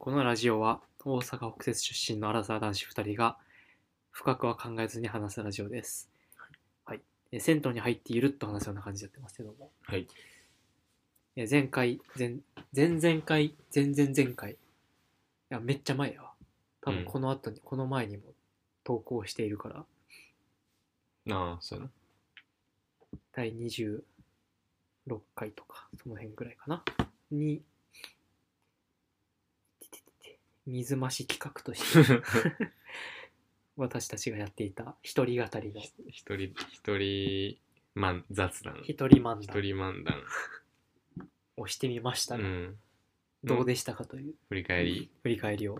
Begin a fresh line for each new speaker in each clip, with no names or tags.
このラジオは大阪北摂出身のアラサー男子2人が深くは考えずに話すラジオです。はい、え銭湯に入ってゆるっと話すような感じでやってますけども、
はい。
え前回、前前々回、前々前回、いやめっちゃ前やわ。多
う
分
ん
この後に、この前にも投稿しているから、
ああ、 そうやな。
第26回とか、その辺ぐらいかな。に、水増し企画として。私たちがやっていた一人語りの
一人、一人、まん、雑談。
一人漫
一
談
人漫談。
をしてみました
う
が、
ん。
どうでしたかという
振り返り。
振り返りを、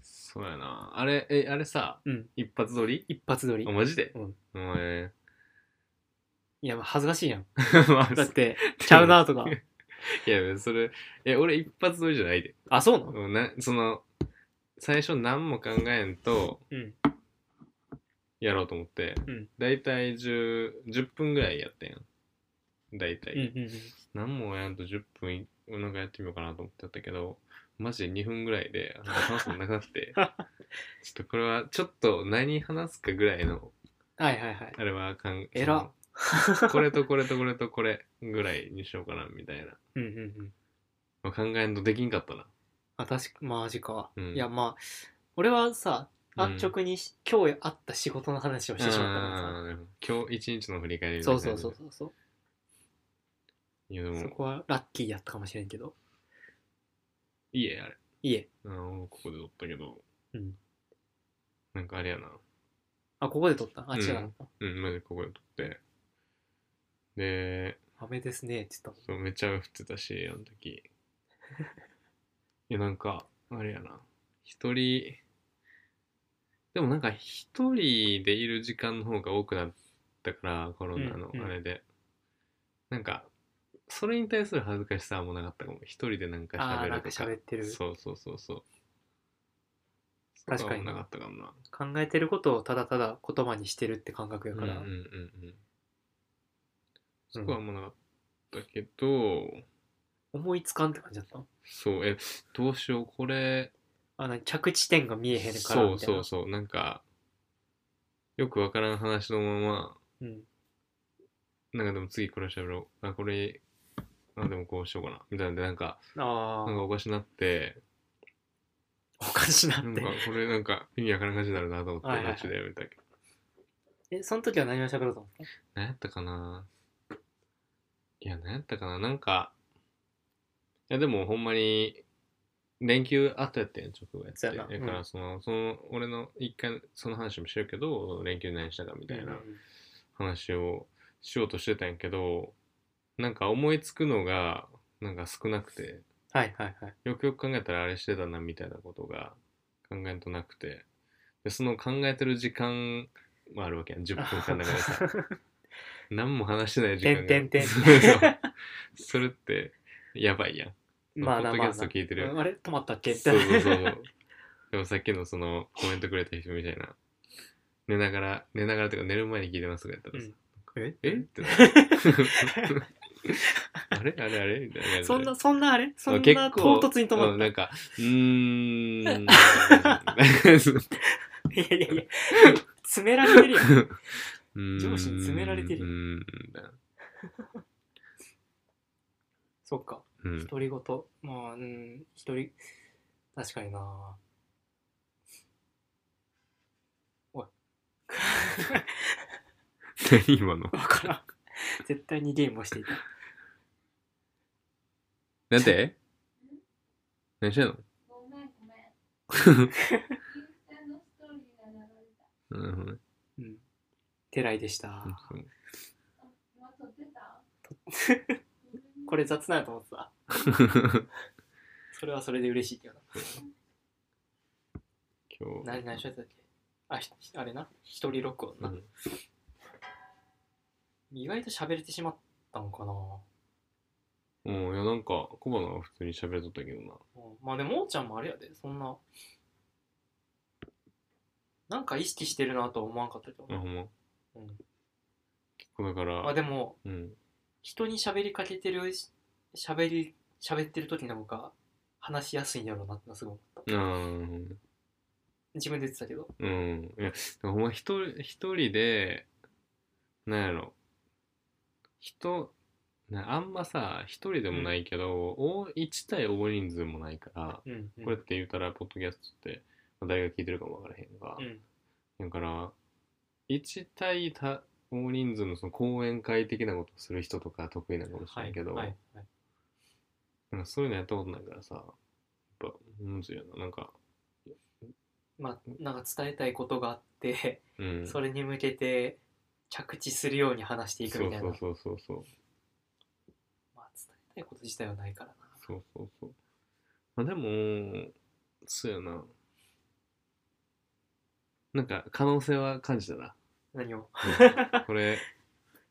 そうやな。あれ、え、あれさ、
うん、
一発撮り
一発撮り
あ、マジで
うん。
お前。
いやまあ恥ずかしいやん
まあ
だってちゃうなと か
いや、それ、え、俺一発撮りじゃないで。
あそうなの
うんなその、最初何も考えんと、
うん
やろうと思って、
うん
だいたい10、10分ぐらいやったやん。だいたい。
うんうんうん
何もやんと10分いなんかやってみようかなと思ってやったけどマジで2分ぐらいであの話すことなくなっ てちょっとこれはちょっと何話すかぐらいの
はいはいはい
あれはかん
えら
その これとこれとこれとこれぐらいにしようかなみたいな、
うんうんうん
まあ、考えんとできんかったな
あ確かマジか、
うん
いやまあ俺はさ
うん
安直にし、今日あった仕事の話をしてしまったから
あーなるほど今日一日の振り返りみ
さ
たい
そう
な
そうそうそうそう
いやで
そ
も
こはラッキーやったかもしれんけど
いいえあれ
いいえ
あのここで撮ったけど、
うん
なんかあれやな
あここで撮ったあ
うん
違うな、
うんマジでここで撮ってで
雨ですねって言っ
そうめっちゃ雨降ってたしあの時いやなんかあれやな一人でもなんか一人でいる時間の方が多くなったからコロナの
うんうん
あれで、なんかそれに対する恥ずかしさはもうなかったかも一人でなんか
たもんあー
喋
なん
る
か
とか
喋ってる
そうそうそうそう
確かに
そこはもうなかったかもな
考えてることをただただ言葉にしてるって感覚や
うん
か
うんう
ら、
んそこはもうなかったけど、
思いつかんって感じだったの
そうえどうしようこれ
あなんか着地点が見えへんから
そう
みたい
そ
な
うそうなんかよくわからん話のまま
うん
なんかでも次これしゃべろうあこれあでもこうしようかなみたいなんでなんか
あ
なん
ー
かおかしなって
おかしなっ
なんか
て
これなんか意味わからん感じになるなと思って
はいはいはい
どっちでやめたけど
えその時は何を喋ろうと思っ
何やったかないや何やったかななんかいやでもほんまに連休後やったやん直後やって
そう
だ
やな
か
うん
らその,、その俺の一回その話もしてるけど連休で何したかみ
た
たいな、話をしようとしてたんやけどなんか思いつくのがなんか少なくて
はいはいはい
よくよく考えたらあれしてたなみたいなことが考えんとなくてでその考えてる時間もあるわけやん10分間だか らさ何も話してない時間が
てんてんてん
そうそうそれってやばいやん
まあな
ポッ
ま
ド
あな
キャスト聞いてる
うんあれ止まったっけみた
そう
い
そう
な
そうそうでもさっきのそのコメントくれた人みたいな寝ながら寝ながらとか寝る前に聞いてますとかやったらさ、
え
えって なるあれあれあれみたいな感じで
そんなそんなあれそん
結
な
構
唐突に止まっ
うん
た
なんかう ーん
いやいやいや詰められてるや ん
うーん
上司に詰められてる
うーんみたいな
そっか
うん
独り言まあうん一人確かになおい
何 今の
わからん絶対にゲームをしていた
なんで何してんの
ごめんごめん。インスタのストーリーが流れた。
なるほどね
うん。てらいでした。
あ、今撮ってた
これ雑なんやと思ってた。それはそれで嬉しいけどな。
今日
何、何しようやってたっけあひ、あれな。一人録音な。
うん
意外と喋れてしまったのかな。
うんいやなんか小花は普通に喋っとったけどな
うんまあでも、おーちゃんもあれやで、そんな。なんか意識してるなとは思わんかったけど
あ
な。
ほんま
うん
結構だか
まあ
ら
でも、
うん
人に喋りかけてるし、喋り、喋ってる時の方が話しやすいんやろうなってのはすごい思った
うん
自分で言ってたけど
うんいやでもほんま一人一人でなんやろ人なあんまさ一人でもないけど、大1対大人数もないから
うん、うん、
これって言うたらポッドキャストって、まあ、誰が聞いてるかもわからへんが、
うん
だから1対多大人数のその講演会的なことする人とか得意なのかもしれないけど、
はいはい
なんかそういうのやったことないからさやっぱむずいよななんか、
まあなんか伝えたいことがあって、
うん、
それに向けて着地するように話していくみたいな
そうそうそうそうそう
まあ、伝えたいこと自体はないからな
そうそうそうまあでもそうやななんか可能性は感じたな
何を
これ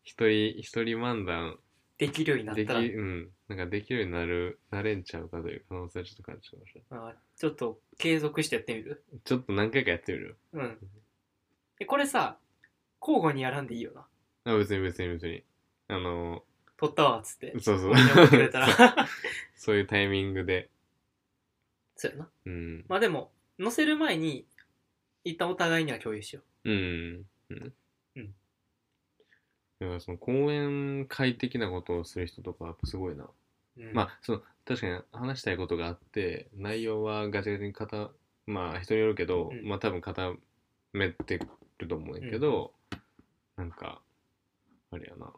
一人一人漫談
できるようになっ
でき
たら
うんなんかできるようになるなれんちゃうかという可能性はちょっと感じました
あちょっと継続してやってみる
ちょっと何回かやってみる
うんえこれさ交互にやらんでいいよな
あ別に別に別にあの
取ったわっつって
そう そう
俺に送ってくれたら
そういうタイミングで
そうやな
うん
まあでも載せる前に一旦お互いには共有しよ
うんうん
うん
だからその講演会的なことをする人とかやっぱすごいな、
う、うん
まあその確かに話したいことがあって内容はガチャガチャに片まあ人によるけど、
うん
まあ多分固めてると思うんやけど、なんかあれやな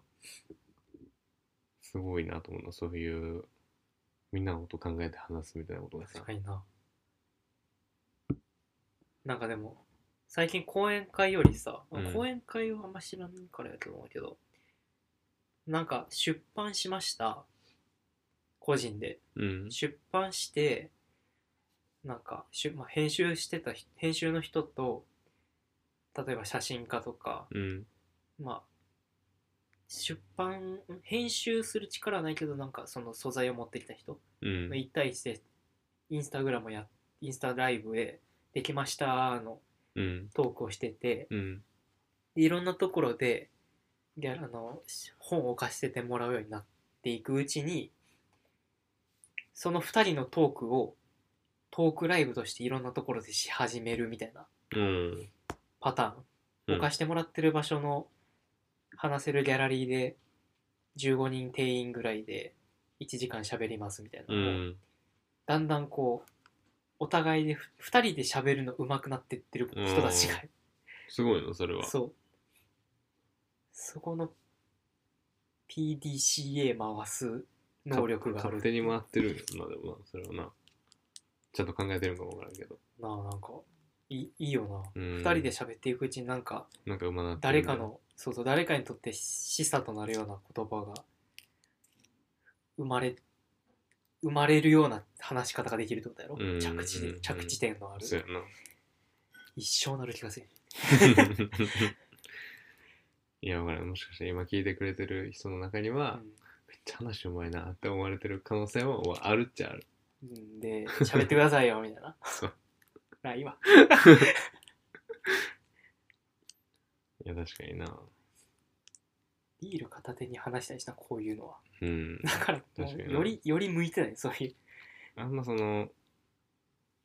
すごいなと思うなそういうみんなのこと考えて話すみたいなことがさ
確かにななんかでも最近講演会よりさ、
うん
講演会はあんま知らんからやと思うけどなんか出版しました個人で
うん
出版してなんかしゅ、まあ、編集してた人編集の人と例えば写真家とか
うん
まあ出版編集する力はないけどなんかその素材を持ってきた人
うん
1対1でインスタグラムやインスタライブへできましたの
うん
トークをしてて
うん
でいろんなところでギャラのし本を貸しててもらうようになっていくうちにその2人のトークをトークライブとしていろんなところでし始めるみたいな
うん
パターン
うん
を貸してもらってる場所の話せるギャラリーで15人定員ぐらいで1時間喋りますみたいな
う
のを
ん
だんだんこうお互いでふ2人で喋るの上手くなってってる人たちが
すごいのそれは
そうそこの PDCA 回す能力がある
勝手に回ってるんやなでもなそれはなちゃんと考えてるんかもわからんけど
なあなんかいいいいよな、
う
二
ん
2人で喋っていくうちになんか
なんか馬なってる
誰かのそうそう誰かにとって示唆となるような言葉が生まれ生まれるような話し方ができるってことやろ、
うん
着地
う
で
ん
着地点のある
そうや な
一生なる気がする
いやわからんもしかして今聞いてくれてる人の中には、
うん
めっちゃ話うまいなって思われてる可能性もまああるっちゃある
うんで、喋ってください よ、みたいな。
そう
あ、今。
いや確かにな
ビール片手に話したりした、こういうのは。
うん
だから、も
確かに
う
な
より、より向いてない、そういう。
あんまその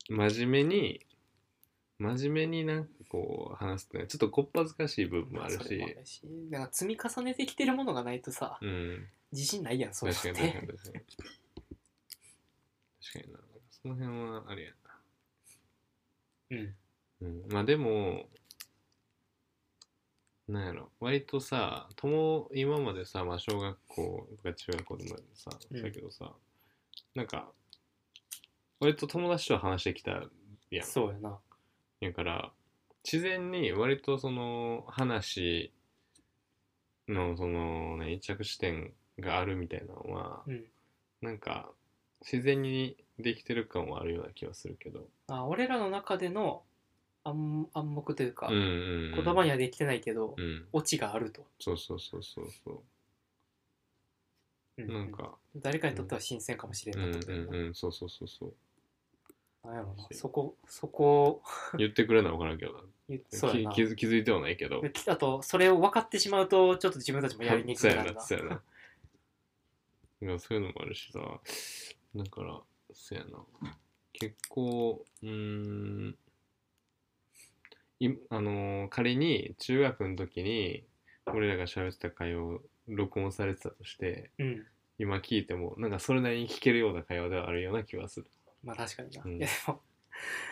真面目に真面目になんかこう話すってのはちょっとこっぱずかしい部分もある
それもあ
し
るし。なんか積み重ねてきてるものがないとさ、
うん
自信ないやん、そういう
確か
の
に
っ
確かに
て。
確かに確かになその辺はあれや
うん。
な、うん、まあでもなんやろ割とさ友今までさ、まあ、小学校とか中学校とかでさ
うん
だけどさ、なんか割と友達とは話してきたやん
そうやな。
やから自然に割とその話のそのね着地点があるみたいなのは
うん。
なんか自然にできてる感はあるような気はするけど、
あ俺らの中での暗暗黙というか、
うんうんうん、
言葉にはできてないけど、
うん
オチがあると。
そうそうそうそうそううなん。か
誰かにとっては新鮮かもしれ
う
な
んう
い
ん
なというか。
うんそうそうそうそう
なんやろな。そこ、そこを、
言ってくれるのは分からんけどな
言 そうやな
き 気づ気づいてはないけど
であとそれを分かってしまうとちょっと自分たちもやりにく
そう
く
や
なる
な
な
そうやないやそういうのもあるしさだからそやな。結構、うーん、いあのー仮に中学の時に、俺らが喋ってた会話を録音されてたとして、
うん。
今聞いても、なんかそれなりに聞けるような会話ではあるような気がする。
まあ確かにな。
うん
いや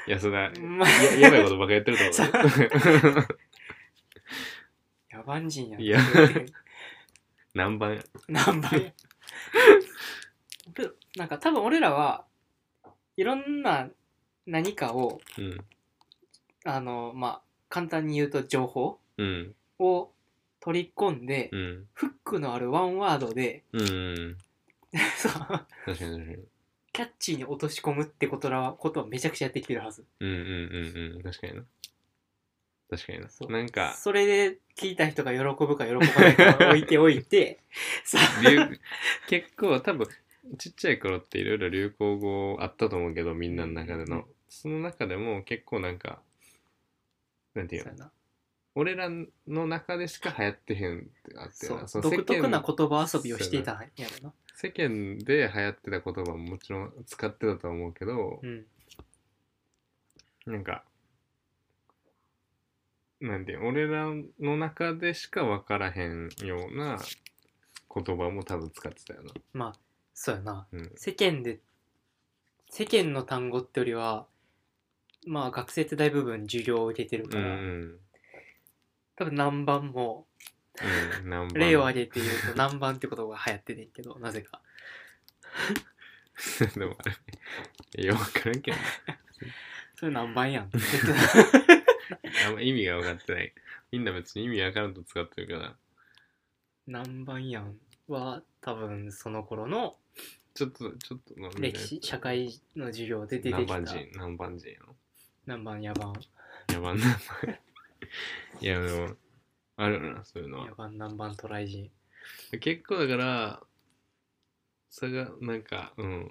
いや、それは、
でも、まあ、
ややばいことばっかりやってる と思う。
野蛮人 やん
いや 何番や。
何倍や 俺なんか多分俺らはいろんな何かを
うん。
あのまあ簡単に言うと情報
うん。
を取り込んで、
うん。
フックのあるワンワードで
うん。
そう
確かに確かに。
キャッチーに落とし込むってことらことはめちゃくちゃやってきてるはず
うんうんうんうん。確かにな。確かにな
そ。う
なんか、
それで聞いた人が喜ぶか喜ばないかは置いておい てさ
流結構多分ちっちゃい頃っていろいろ流行語あったと思うけどみんなの中で
う
の、
ん
その中でも結構なんかなんていう
そう
の
やな
俺らの中でしか流行ってへんってあって
そう
なその世
独特な
間
言葉遊びをしていたんやろな
世間で流行ってた言葉ももちろん使ってたと思うけど
う、ん
なんかなんていうの俺らの中でしか分からへんような言葉も多分使ってたよな。
まあそうやな
うん
世間で世間の単語ってよりはまあ学生って大部分授業を受けてる
う
か
ん
ら、
うん
多分南蛮も
うん、ナンバー
例を挙げて言うと南蛮ってことが流行っててんけどなぜか
でもあれ、いや、わからんけど、
それ南蛮 やん
あんま意味が分かってない。みんな別に意味分からんと使ってるから、
南蛮やんは多分その頃の
ちょっと、ちょっとの、
歴史社
で
会の授業で
出て
出て
きた。
きた
何番人、何番人や
南蛮野蛮
のやばんな。 いや、でも、あるよな、そういうのは
野。蛮南蛮渡来人
結構だから、それが、なんか、うん。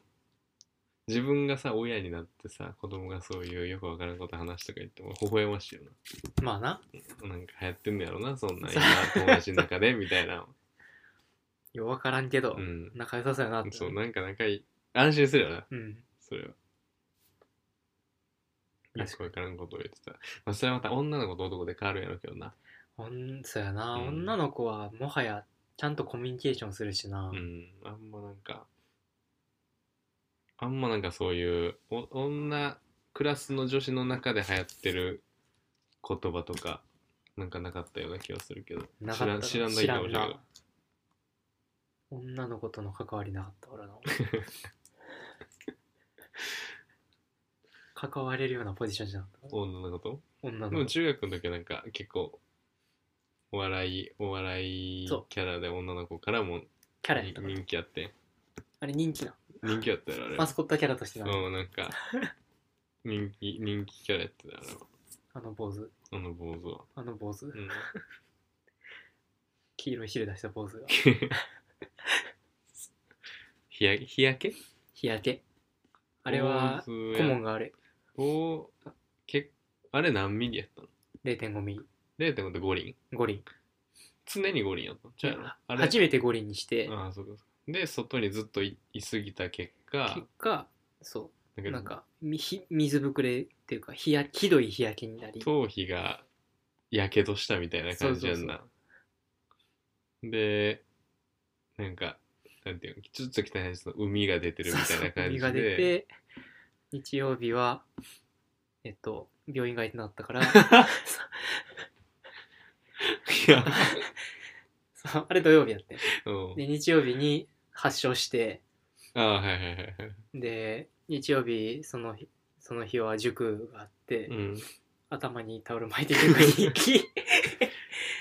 自分がさ、親になってさ、子供がそういうよくわからんこと話とか言っても、微笑ましいよ
まあな
な。なんか流行ってんのやろな、そんなん、今、友達の中で、みたいな。
よう分からんけど、
うん。
仲良さそうやなって
そう、なんか仲いい。安心するよな、
うん
それは。
かに
よくわからんことを言ってた。まあ、それはまた女の子と男で変わるんやろうけどな。
ほんそうやな、
うん
女の子はもはやちゃんとコミュニケーションするしな、
うん。あんまなんか、あんまなんかそういう、お女、クラスの女子の中で流行ってる言葉とか、なんかなかったような気がするけど。
な
知ら
か
ん、
った
知らんだけかもし
知
れな
らん
いけど
な。女の子との関わりなかった俺の 関われるようなポジションじゃなかった
女のこと
女
でも
の子
中学の時はなんか結構、お笑い、お笑い
そう
キャラで女の子からも
キャラやったから
人気あって
あれ人気な
人気あったよあれ
マスコットキャラとしてな、
うんなんか人気人気キャラやってたよ
あの坊主
あの坊主は、
あの坊主、
うん、
黄色い汁出した坊主 が
日焼け日焼け
日焼けあれは
坊主
顧
や
問があれ
坊けあれ何ミリやったの
0.5ミリ
?0.5 輪
五輪
常に5輪やったのちゃうやろあれ
初めて五輪にして、
ああそうかそうかで外にずっといいすぎた結果
結果そう
なんか
なんかみひ水ぶくれっていうか日焼ひどい日焼けになり
頭皮がやけどしたみたいな感じやんな。で、なんか、なんていうの、ちょっと汚い話その海が出てるみたいな感じ
が出
で、
て日曜日はえっと病院が行ってなったから
いや、
そうあれ土曜日やって
うん
で日曜日に発症して
ああ、はいはいはいはい。
で日曜日その日その日は塾があって、
うん。
頭にタオル巻いて塾に行き
い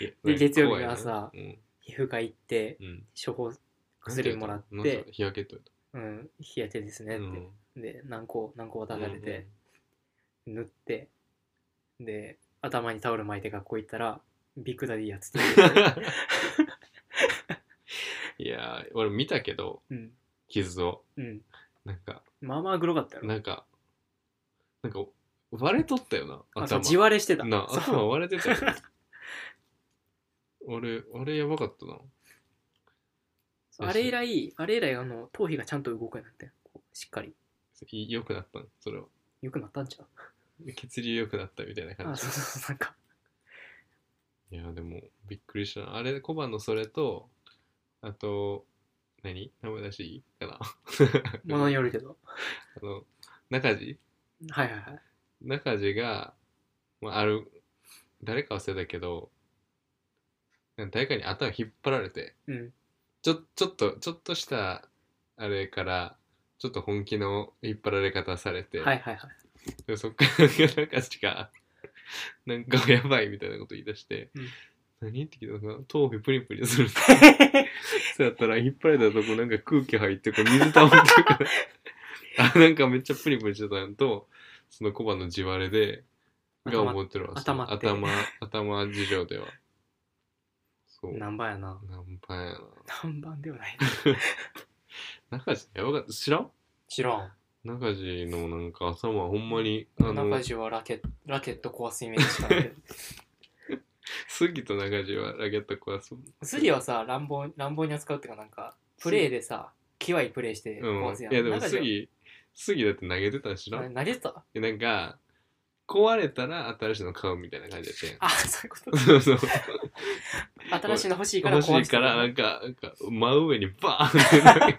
や
で月曜日の
怖いな
朝
うん。
皮膚科行って
うん。
処方薬もらっ
なん
て
か日焼けとやっ
「うん、日焼けですね」
た。
って、で軟膏軟膏渡されて、塗ってで頭にタオル巻いて学校行ったらビッグダディや ってて、
いやー、俺見たけど、
うん
傷を。
うん、
なんか、
まあまあグロかったよ
なんか、なんか、割れとったよな、
あ
頭。
と地割れしてた
な
そう
頭 割れてたよね俺あれやばかったな
あれ以来あれ以来あの頭皮がちゃんと動くようになったよこうしっかり
い良くなったのそれは
良くなったんちゃう
血流良くなったみたいな感
あ、
じ
そうそうそ う、なんか。
いやでもびっくりしたなあれ小判のそれとあと何名前出していいかな
ものによるけど。
あの中地
はいはいはい。
中地が、まあ、ある誰か忘れたけどなんか誰かに頭引っ張られて
うん。
ちょちょっとちょっとしたあれからちょっと本気の引っ張られ方されて、
はいはいはい。
でそっから中地がなんかやばいみたいなこと言い出して、
うん
何って聞いたのかな頭皮プリンプリンするってそうやったら引っ張られたとこなんか空気入ってこう水溜まってるから あなんかめっちゃプリプリしてたのとそのコバの地割れでが思ってるわその
頭って
頭頭事情ではそうナ
何番やな。
ンパンや
何番では ない。
な中地やばかった知らん
知らん。
中地のなんか頭はほんまにあの
中地はラケット、ラケット壊すイメージしたんで。
杉と中地はラケット壊す
杉はさ、乱暴、乱暴に扱うっていうかなんか、プレーでさ、キワイプレーして
うん
壊すやん。
いやでも
中地は
杉杉だって投げてたん知ら
あれ
ん
投げてた
でなんか壊れたら新しいの買うみたいな感じやってん
あ、そういうこと。
そうそう。
新しいの欲しいから
欲し
壊
い
して
か
た
ら、なんか、なんか、真上にバー ンって。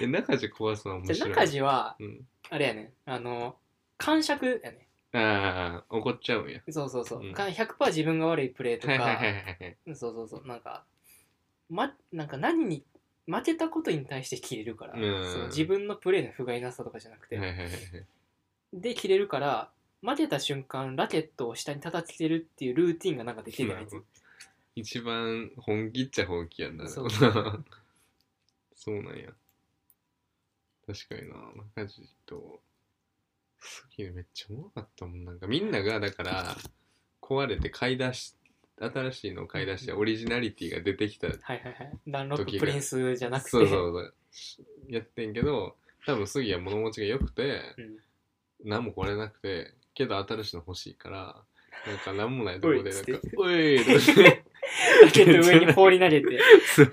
え、中地壊すのは面
じゃ
白
あ
い。
中地は、
うん。
あれやね、あの、感触やね。
ああ、怒っちゃうんや。
そうそうそう。
うん
か100%自分が悪いプレーと
はいはいはい
か、
はい。
そうそうそうなんか,、ま、なんか何に負けたことに対して切れるから、
うん
その自分のプレーの不甲斐なさとかじゃなくて、
はいはいはいはい。
で切れるから負けた瞬間ラケットを下に叩きつけるっていうルーティンがなんかできるやつ
一番本気っちゃ本気やんな。
そ
そう うなんや。確かにな、中地と、すげえめっちゃおもろかったもん。なんかみんなが、だから、壊れて買い出し、新しいのを買い出して、オリジナリティが出てきた
はいはいはいダンロッ
時
ププ
が
リンスじゃなくて
そうそうそうやってんけど多分杉は物持ちが良くて
うん
何も壊れなくてけど新しいの欲しいからなんか何もないとこで
おい
な
っ
ん
つ
か
って
「おい!」と かして
ラケット上に放り投げ て
そう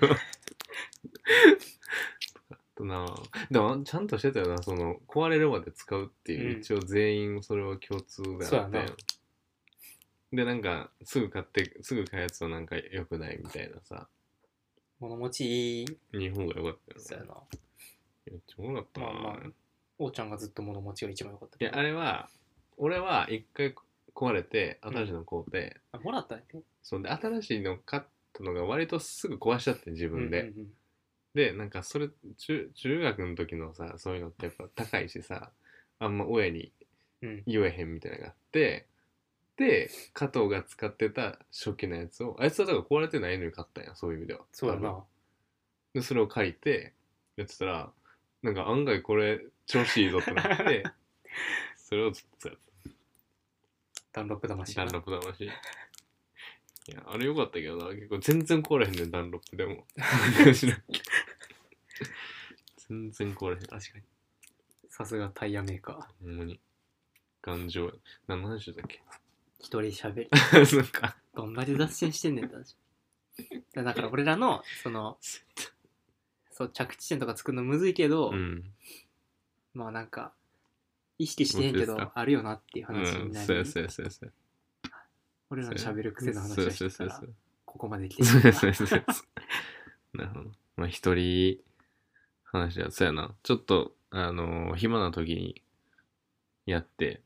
あとなでもちゃんとしてたよなその壊れるまで使うっていう、
うん
一応全員それは共通で
そう
あ
や
って
な
でなんかすぐ買ってすぐ買うやつはなんか良くないみたいなさ
物持ちいい
日本が良かったよ
そうやな
めっちゃおもろかったな、
まあまあおうちゃんがずっと物持ちが一番良かった
い
け
や
ど
あれは俺は一回壊れて新しいの買うて、
あもらったんやね
そんで新しいの買ったのが割とすぐ壊しちゃって自分で、
うんうんうん
でなんかそれ中中学の時のさそういうのってやっぱ高いしさあんま親に
うん
言えへんみたいなのがあってで加藤が使ってた初期のやつをあいつはだから壊れてないのに買ったんやそういう意味では
そうや
多分
な
でそれを借りてやってたらなんか案外これ調子いいぞってなって それをずっとやってた
ダンロップ魂
ダンロップ魂。いや、あれ良かったけどな、結構全然凍らへんねん、ダンロップ でも。全然凍らへん、
確かにさすがタイヤメーカー
ほんまに。頑丈や。何の話 だっけ
一人喋り
なんか、
どんだけ脱線してんねんって話だだから俺らのそのそう着地点とか作るのむずいけど、
うん。
まあなんか意識してへんけど
本当です
あるよなっていう
う
話に
ん、
な
そう
り、
やそうやそうやそうや。
俺らの喋る癖の話
そう
を
や
し
そう
て
や
た
そ
ら
うやそうや。
ここまで来て
そう
しま
や
っ
そう
た
やそうやそうなるほど。まあ、一人話や、そうやな。ちょっと、あのー暇な時にやって、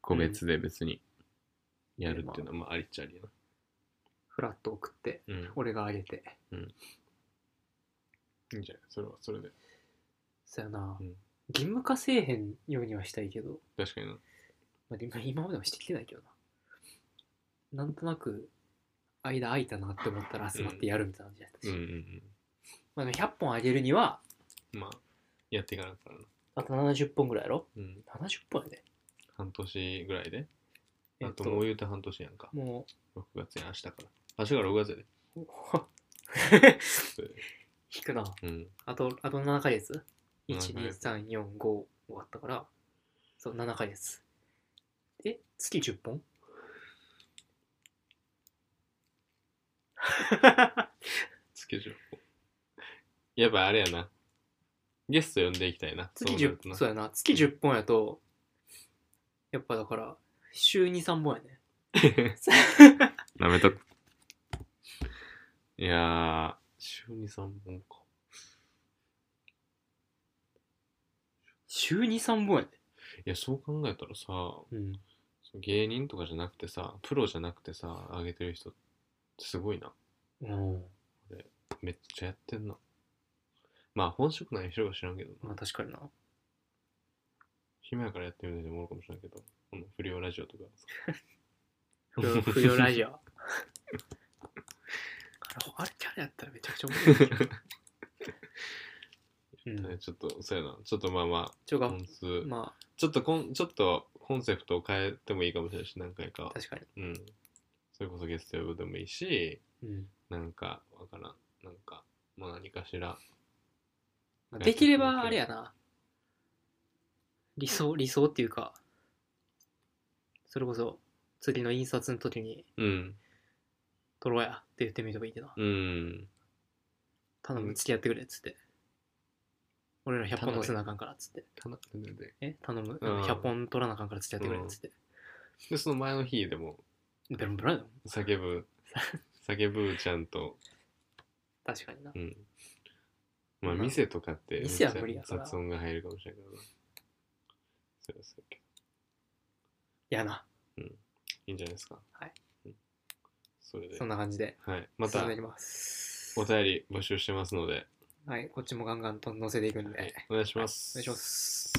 個別で別にやるっていうのは、まあ、ありっちゃありや
フラット送って
な。うん。
俺が上げて
いいんじゃないそれはそれで。
そやな、
うん
義務化せえへんようにはしたいけど、
確かにな。
まあ、でも今までもしてきてないけどななんとなく間空いたなって思ったら集まってやるみたいな感じだったし、
うんうん
まあ、でも100本上げるには
うん。まあ、やっていかなったらな。
あと70本ぐらいやろ
うん。
70本やで、
半年ぐらいで。
え
あ
っ
と
と、
もう言うて半年やんか。
も
6月や、明日から。明日から6月やで。
う
そう
引くな
うん。
あとあと7ヶ月
7ヶ月
12345終わったからそう7ヶ月え月10本
スケジュール。やっぱあれやな。ゲスト呼んでいきたいな。
月
そうなる
10
とな
そうやな月10本やとやっぱだから週23本やね
なめとく。いやー、週に3本か。
週23本やね
いや、そう考えたらさ、そ
うん
う芸人とかじゃなくてさ、プロじゃなくてさ、上げてる人ってすごいな。
うん
めっちゃやってんな。まあ、本職なんや人が知らんけど
まあ
な。
確かにな
暇やからやってみてもおるかもしれんけど、この不良ラジオとか。
不良 不良ラジオあれあれキャラやったらめちゃくちゃ面白いんだけど うん、
ちょっと、そうやな。ちょっとまあま
ちょ
あ、
が
本数、
ま
ちょっとこん、ちょっとコンセプトを変えてもいいかもしれないし、何回
あ
か。
確かに
うん。それこそゲスト呼ぶでもいいし、
うん
なんか、わからん。なんか、まあ何かしら。
まあできればあれやな理想理想っていうかそれこそ次の印刷の時に
うん。
「撮ろうや」って言ってみればいいけどな
うん。
頼む付き合ってくれっつって俺ら100本載せなあかんからっつって
たな、でで
え頼む
うん
100本撮らなあかんから付き合ってくれっつって
で、その前の日でも、
ベロンベロンやもん
叫 ぶ、叫ぶちゃんと、
確かにな
うん。まあ、
まあ
店とかって、
店は無理やから
雑音が入るかもしれないからな。そうそうけど
やない
いんじゃないですか。
はい
うん。それで
そん。な感じで
はい。また
進ん、でいきます
お便り募集してますので、
はいこっちもガンガンと載せていくんで、
はいお願いします。
お願いします